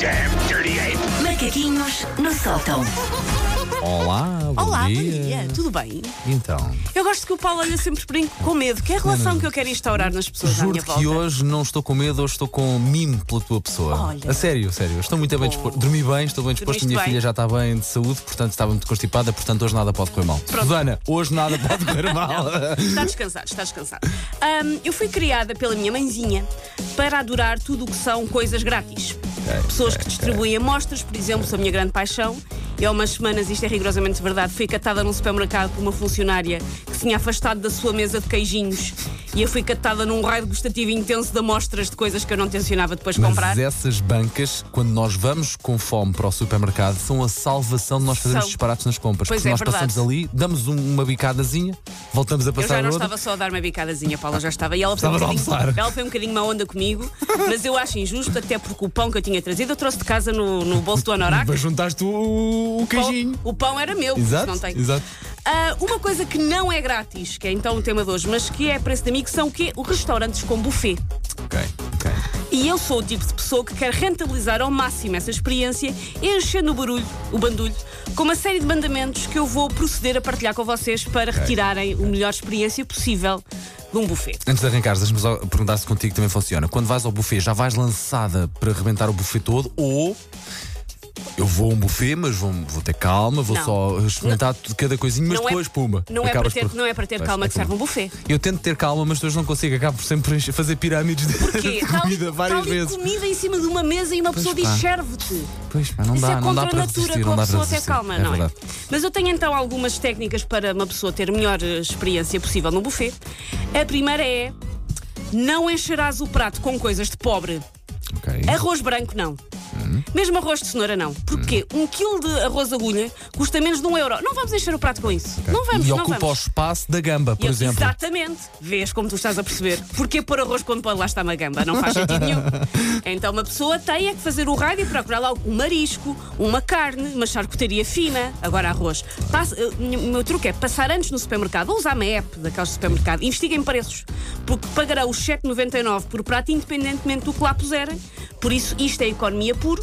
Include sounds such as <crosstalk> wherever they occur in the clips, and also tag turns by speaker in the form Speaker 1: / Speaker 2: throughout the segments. Speaker 1: damn dirty ape!
Speaker 2: Macaquinhos no sótão.
Speaker 3: Olá, bom
Speaker 4: Olá,
Speaker 3: dia.
Speaker 4: bom dia, Ah, tudo bem?
Speaker 3: Então,
Speaker 4: Eu gosto que o Paulo olha sempre para mim com medo, que é a relação que eu quero instaurar nas pessoas à
Speaker 3: juro
Speaker 4: minha
Speaker 3: que
Speaker 4: volta.
Speaker 3: hoje não estou com medo, hoje estou com mimo pela tua pessoa.
Speaker 4: Olha.
Speaker 3: A sério, a sério. Estou muito bem disposto. Dormi bem, estou bem disposto.
Speaker 4: Dormiste
Speaker 3: A minha
Speaker 4: bem?
Speaker 3: filha já está bem de saúde, portanto estava muito constipada, portanto hoje nada pode correr mal. Susana, hoje nada pode correr
Speaker 4: <laughs>
Speaker 3: mal. <laughs>
Speaker 4: Está descansado, está descansado. Ahm, eu fui criada pela minha mãezinha para adorar tudo o que são coisas grátis. Pessoas que distribuem amostras, por exemplo, sou a minha grande paixão. E há umas semanas, isto é rigorosamente verdade, fui catada num supermercado por uma funcionária que se tinha afastado da sua mesa de queijinhos. E eu fui catada num raio gustativo intenso de amostras de coisas que eu não tencionava depois
Speaker 3: Mas
Speaker 4: comprar.
Speaker 3: essas bancas, quando nós vamos com fome para o supermercado, são a salvação de nós fazermos
Speaker 4: São.
Speaker 3: disparates nas compras.
Speaker 4: Pois
Speaker 3: porque
Speaker 4: é,
Speaker 3: nós
Speaker 4: verdade.
Speaker 3: passamos ali, damos um- uma bicadazinha, voltamos a
Speaker 4: Eu
Speaker 3: passar
Speaker 4: já não
Speaker 3: outra.
Speaker 4: estava só a dar uma bicadazinha, Paula, eu já estava. E ela foi, um
Speaker 3: Estavas a
Speaker 4: bocadinho,
Speaker 3: almoçar.
Speaker 4: ela foi um bocadinho má
Speaker 3: <laughs>
Speaker 4: onda comigo, mas eu acho injusto, até porque o pão que eu tinha trazido eu trouxe de casa no, no bolso do Anorak.
Speaker 3: Mas juntaste o, o
Speaker 4: O pão-
Speaker 3: queijinho.
Speaker 4: O pão era meu,
Speaker 3: Exato,
Speaker 4: não tem.
Speaker 3: exato.
Speaker 4: Ah, uma coisa que não é grátis, que é então o tema de hoje, mas que é preço de amigo, são o quê? Os restaurantes com buffet.
Speaker 3: Ok, ok.
Speaker 4: E eu sou o tipo de pessoa que quer rentabilizar ao máximo essa experiência, enchendo o barulho, o bandulho, com uma série de mandamentos que eu vou proceder a partilhar com vocês para retirarem o melhor experiência possível de um buffet.
Speaker 3: Antes de arrancares, deixa-me só perguntar se contigo também funciona. Quando vais ao buffet, já vais lançada para arrebentar o buffet todo ou. Eu vou a um buffet, mas vou, vou ter calma, vou
Speaker 4: Não.
Speaker 3: só experimentar tudo- cada coisinha, mas depois, puma.
Speaker 4: Não é, para
Speaker 3: acabas
Speaker 4: ter,
Speaker 3: por-
Speaker 4: não é para ter
Speaker 3: Pois,
Speaker 4: calma
Speaker 3: é
Speaker 4: que serve
Speaker 3: como-
Speaker 4: um buffet.
Speaker 3: Eu tento ter calma, mas depois não consigo. Acabo sempre por encher- fazer pirâmides de <laughs>
Speaker 4: Porque
Speaker 3: de
Speaker 4: está ali-
Speaker 3: comida várias
Speaker 4: está ali
Speaker 3: vezes.
Speaker 4: comida em cima de uma mesa e uma pessoa
Speaker 3: pá.
Speaker 4: diz serve-te.
Speaker 3: Pois, mas não
Speaker 4: Isso
Speaker 3: dá,
Speaker 4: é
Speaker 3: não
Speaker 4: contra
Speaker 3: dá para
Speaker 4: a natura
Speaker 3: resistir,
Speaker 4: com
Speaker 3: não dá
Speaker 4: a
Speaker 3: para
Speaker 4: pessoa ter
Speaker 3: resistir.
Speaker 4: calma,
Speaker 3: é
Speaker 4: não é?
Speaker 3: verdade.
Speaker 4: Mas eu tenho então algumas técnicas para uma pessoa ter melhor eh, experiência possível no buffet. A primeira é não encherás o prato com coisas de pobre.
Speaker 3: Ok.
Speaker 4: Arroz branco não.
Speaker 3: Hum.
Speaker 4: Mesmo arroz de cenoura não. Porque um quilo de arroz agulha custa menos de um euro. Não vamos encher o prato com isso. Não vamos,
Speaker 3: e
Speaker 4: não
Speaker 3: ocupa o
Speaker 4: vamos.
Speaker 3: espaço da gamba, por
Speaker 4: Eu-
Speaker 3: exemplo.
Speaker 4: Exatamente. Vês como tu estás a perceber. Porquê pôr arroz quando pode lá estar uma gamba? Não faz sentido
Speaker 3: <laughs>
Speaker 4: nenhum. Então uma pessoa tem é que fazer o raio e procurar lá um marisco, uma carne, uma charcutaria fina, agora arroz. Passa- eh, o meu truque é passar antes no supermercado, ou usar uma app daqueles de supermercado, investiguem preços, porque pagará os 7,99 por prato, independentemente do que lá puserem. Por isso, isto é economia puro.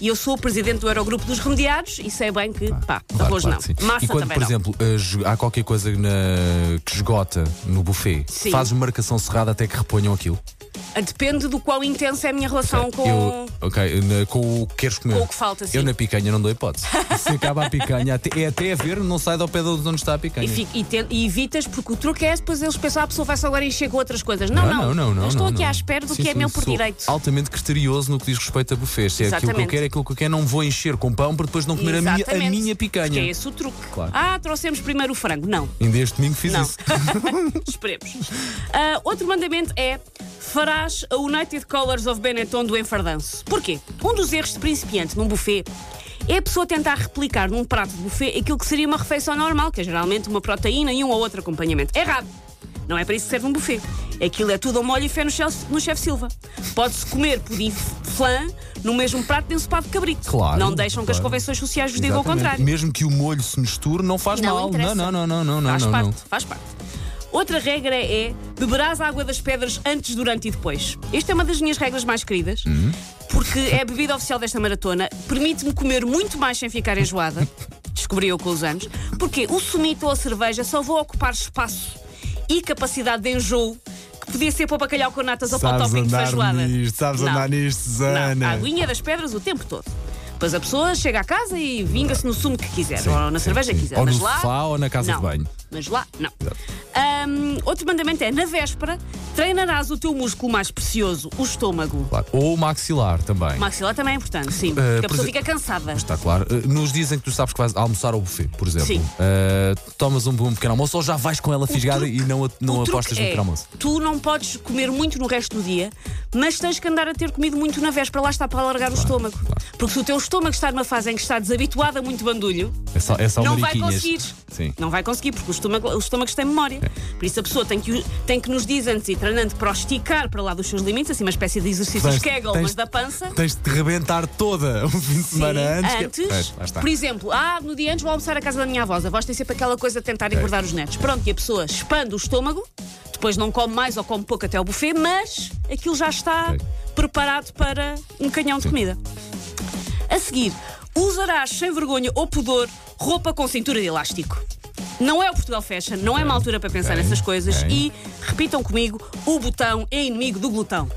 Speaker 4: E eu sou o presidente do Eurogrupo dos Remediados e sei bem que, pá,
Speaker 3: Claro,
Speaker 4: arroz
Speaker 3: claro
Speaker 4: não.
Speaker 3: que sim.
Speaker 4: Massa
Speaker 3: e quando,
Speaker 4: também
Speaker 3: por
Speaker 4: não.
Speaker 3: exemplo, eh, esgo- há qualquer coisa na- que esgota no buffet,
Speaker 4: Sim.
Speaker 3: fazes marcação cerrada até que reponham aquilo.
Speaker 4: Depende do quão intensa é a minha relação com.
Speaker 3: Eu, ok, na- com o que queres comer.
Speaker 4: Com o que falta, sim.
Speaker 3: Eu na picanha não dou
Speaker 4: <laughs>
Speaker 3: hipótese. Se acaba a picanha, até, é até a ver, não sai do pé de onde está a picanha.
Speaker 4: E, fico- e ten- e evitas, porque o truque é depois eles pensam, "Ah, a pessoa vai-se agora encher com outras coisas. Não, não,
Speaker 3: não, não, não,
Speaker 4: Eu estou
Speaker 3: não,
Speaker 4: aqui
Speaker 3: não.
Speaker 4: à espera do
Speaker 3: Sim,
Speaker 4: que é
Speaker 3: sim,
Speaker 4: meu por
Speaker 3: sou
Speaker 4: direito.
Speaker 3: Altamente criterioso no que diz respeito a buffet. Se é aquilo que eu
Speaker 4: Exatamente.
Speaker 3: quero, é aquilo que eu quero, não vou encher com pão para depois não comer a minha, a
Speaker 4: Exatamente.
Speaker 3: minha
Speaker 4: Porque é
Speaker 3: picanha.
Speaker 4: esse o truque.
Speaker 3: Claro.
Speaker 4: Ah, trouxemos primeiro o frango. Não,
Speaker 3: Ainda este domingo fiz
Speaker 4: não. <laughs>
Speaker 3: isso.
Speaker 4: Esperemos. Ah, outro mandamento é: farás a United Colors of Benetton do enfardanço. Porquê? Um dos erros de principiante num buffet é a pessoa tentar replicar num prato de buffet aquilo que seria uma refeição normal, que é geralmente uma proteína e um ou outro acompanhamento. Errado! Não é para isso que serve um buffet. Aquilo é tudo a molho e fé no chefe, no chefe Silva. Pode-se comer pudim flan no mesmo prato de ensopado de cabrito.
Speaker 3: Claro,
Speaker 4: não deixam que as
Speaker 3: claro.
Speaker 4: convenções sociais vos digam ao
Speaker 3: Exatamente.
Speaker 4: contrário.
Speaker 3: Mesmo que o molho se misture, não faz
Speaker 4: Não
Speaker 3: mal.
Speaker 4: interessa.
Speaker 3: Não, não, não, não, não,
Speaker 4: faz
Speaker 3: não,
Speaker 4: parte,
Speaker 3: não.
Speaker 4: faz parte. Outra regra é beberás a água das pedras antes, durante e depois. Esta é uma das minhas regras mais queridas,
Speaker 3: Uhum.
Speaker 4: porque é a bebida oficial desta maratona. Permite-me comer muito mais sem ficar enjoada,
Speaker 3: <laughs>
Speaker 4: descobri eu com os anos, porque o sumito ou a cerveja só vão ocupar espaço e capacidade de enjoo que podia ser para o bacalhau com natas ou para o tópico de feijoada. Não.
Speaker 3: nisto,
Speaker 4: Não, a aguinha das pedras o tempo todo. Pois a pessoa chega à casa e vinga-se no sumo que quiser,
Speaker 3: Sim,
Speaker 4: ou na
Speaker 3: sim,
Speaker 4: cerveja
Speaker 3: sim.
Speaker 4: que quiser.
Speaker 3: Ou no
Speaker 4: mas lá,
Speaker 3: sofá ou na casa de
Speaker 4: não.
Speaker 3: banho.
Speaker 4: Mas lá, não. Ahm, outro mandamento é: na véspera, treinarás o teu músculo mais precioso, o estômago.
Speaker 3: Claro. Ou o maxilar também.
Speaker 4: O maxilar também é importante, sim.
Speaker 3: Eh, por
Speaker 4: porque a pessoa
Speaker 3: exemplo-
Speaker 4: fica cansada.
Speaker 3: Está claro. Eh, Nos dizem que tu sabes que vais almoçar ao buffet, por exemplo.
Speaker 4: Sim.
Speaker 3: Eh, tomas um, um pequeno almoço ou já vais com ela fisgada
Speaker 4: truque-
Speaker 3: e não, a- não
Speaker 4: O truque
Speaker 3: apostas no
Speaker 4: é,
Speaker 3: pequeno almoço.
Speaker 4: Tu não podes comer muito no resto do dia, mas tens que andar a ter comido muito na véspera, lá está para alargar o estômago. Porque se o teu estômago está numa fase em que está desabituado a muito bandulho,
Speaker 3: É só, é só
Speaker 4: não vai
Speaker 3: mariquinhas.
Speaker 4: conseguir.
Speaker 3: Sim. É.
Speaker 4: Não vai conseguir, porque os estômagos, os estômagos têm memória. Por isso a pessoa tem que, o- tem que nos dizer antes e treinando para os esticar para lá dos seus limites, assim uma espécie de exercício
Speaker 3: Tens-
Speaker 4: Kegel,
Speaker 3: tens-
Speaker 4: mas da pança.
Speaker 3: Tens de te rebentar toda <laughs> o fim de semana antes. que- Pois, lá está.
Speaker 4: por exemplo, ah, no dia antes vou almoçar à casa da minha avó. As avós têm sempre aquela coisa de tentar engordar os netos. Pronto, e a pessoa expande o estômago, depois não come mais ou come pouco até ao buffet, mas aquilo já está
Speaker 3: Ok.
Speaker 4: preparado para um canhão de comida. A seguir, usarás sem vergonha ou pudor roupa com cintura de elástico. Não é o Portugal Fashion, não é uma altura para pensar
Speaker 3: ok,
Speaker 4: nessas coisas.
Speaker 3: ok.
Speaker 4: E, repitam comigo, o botão é inimigo do glutão.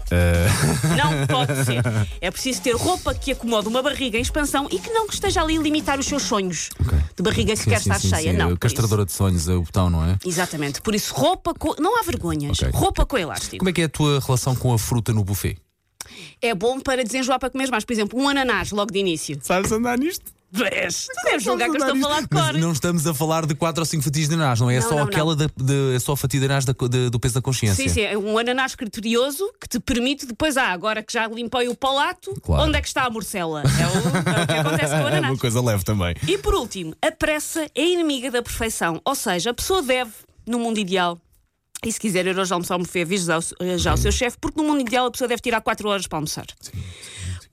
Speaker 4: Não pode ser. É preciso ter roupa que acomode uma barriga em expansão e que não que esteja ali a limitar os seus sonhos
Speaker 3: Ok.
Speaker 4: de barriga que
Speaker 3: Sim,
Speaker 4: quer
Speaker 3: sim,
Speaker 4: estar
Speaker 3: sim,
Speaker 4: cheia.
Speaker 3: sim. Eh,
Speaker 4: Não. por
Speaker 3: Castradora de sonhos é o botão, não é?
Speaker 4: isso. Exatamente. Por isso, roupa com. Não há vergonhas.
Speaker 3: Ok.
Speaker 4: Roupa com elástico.
Speaker 3: Como é que é a tua relação com a fruta no buffet?
Speaker 4: É bom para desenjoar para comer mais. Por exemplo, um ananás logo de início.
Speaker 3: Sabes andar nisto?
Speaker 4: Vês? Tu deves julgar que eu estou a falar de cor.
Speaker 3: Mas não estamos a falar de 4 ou 5 fatias de ananás, não é? É
Speaker 4: Não,
Speaker 3: só
Speaker 4: não,
Speaker 3: aquela da- de- é só a fatia de ananás da co- de- do peso da consciência.
Speaker 4: Sim, sim, é um ananás criterioso que te permite depois, ah, agora que já limpei o palato,
Speaker 3: Claro.
Speaker 4: onde é que está a morcela? É o, é o que
Speaker 3: <laughs>
Speaker 4: acontece com o ananás.
Speaker 3: coisa leve também.
Speaker 4: E por último, a pressa é inimiga da perfeição. Ou seja, a pessoa deve, no mundo ideal, e se quiser euros de almoçar ao buffet, avise já o se- já o seu chefe, porque no mundo ideal a pessoa deve tirar 4 horas para almoçar.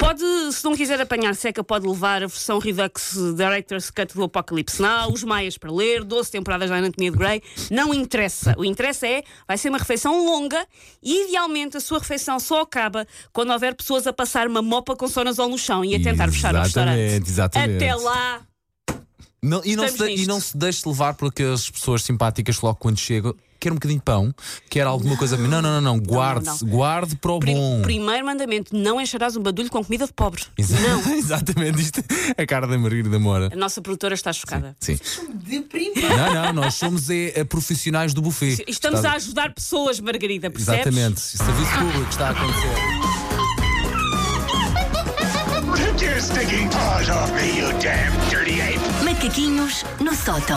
Speaker 4: Pode, se não quiser apanhar seca, pode levar a versão Redux Director's Cut do Apocalipse Now, os Maias para ler, 12 temporadas da Anatomia de Grey. Não interessa. O interessa é, vai ser uma refeição longa e, idealmente, a sua refeição só acaba quando houver pessoas a passar uma mopa com sonazol no chão e a É tentar fechar o restaurante.
Speaker 3: Exatamente, exatamente.
Speaker 4: Até lá,
Speaker 3: Não, e, não se
Speaker 4: Estamos
Speaker 3: de, e
Speaker 4: nisto.
Speaker 3: não se deixe levar por aquelas pessoas simpáticas que logo quando chegam. Quer um bocadinho de pão, quer alguma coisa. Não, não, não, não. Guarde,
Speaker 4: não,
Speaker 3: guarde para o
Speaker 4: Prim-
Speaker 3: bom.
Speaker 4: Primeiro mandamento: não encherás um badulho com comida de pobre.
Speaker 3: Exa- <laughs>
Speaker 4: Não.
Speaker 3: Exatamente isto. é A cara da Margarida da Moura.
Speaker 4: A nossa produtora está chocada.
Speaker 3: Sim. Não, não, nós somos é, é, profissionais do buffet. Tá-
Speaker 4: E Estamos
Speaker 3: Está-
Speaker 4: a ajudar pessoas, Margarida, percebes?
Speaker 3: Exatamente. Serviço público está a acontecer.
Speaker 1: Take your stinking paws off me, you damn dirty ape!
Speaker 2: Macaquinhos no sótão.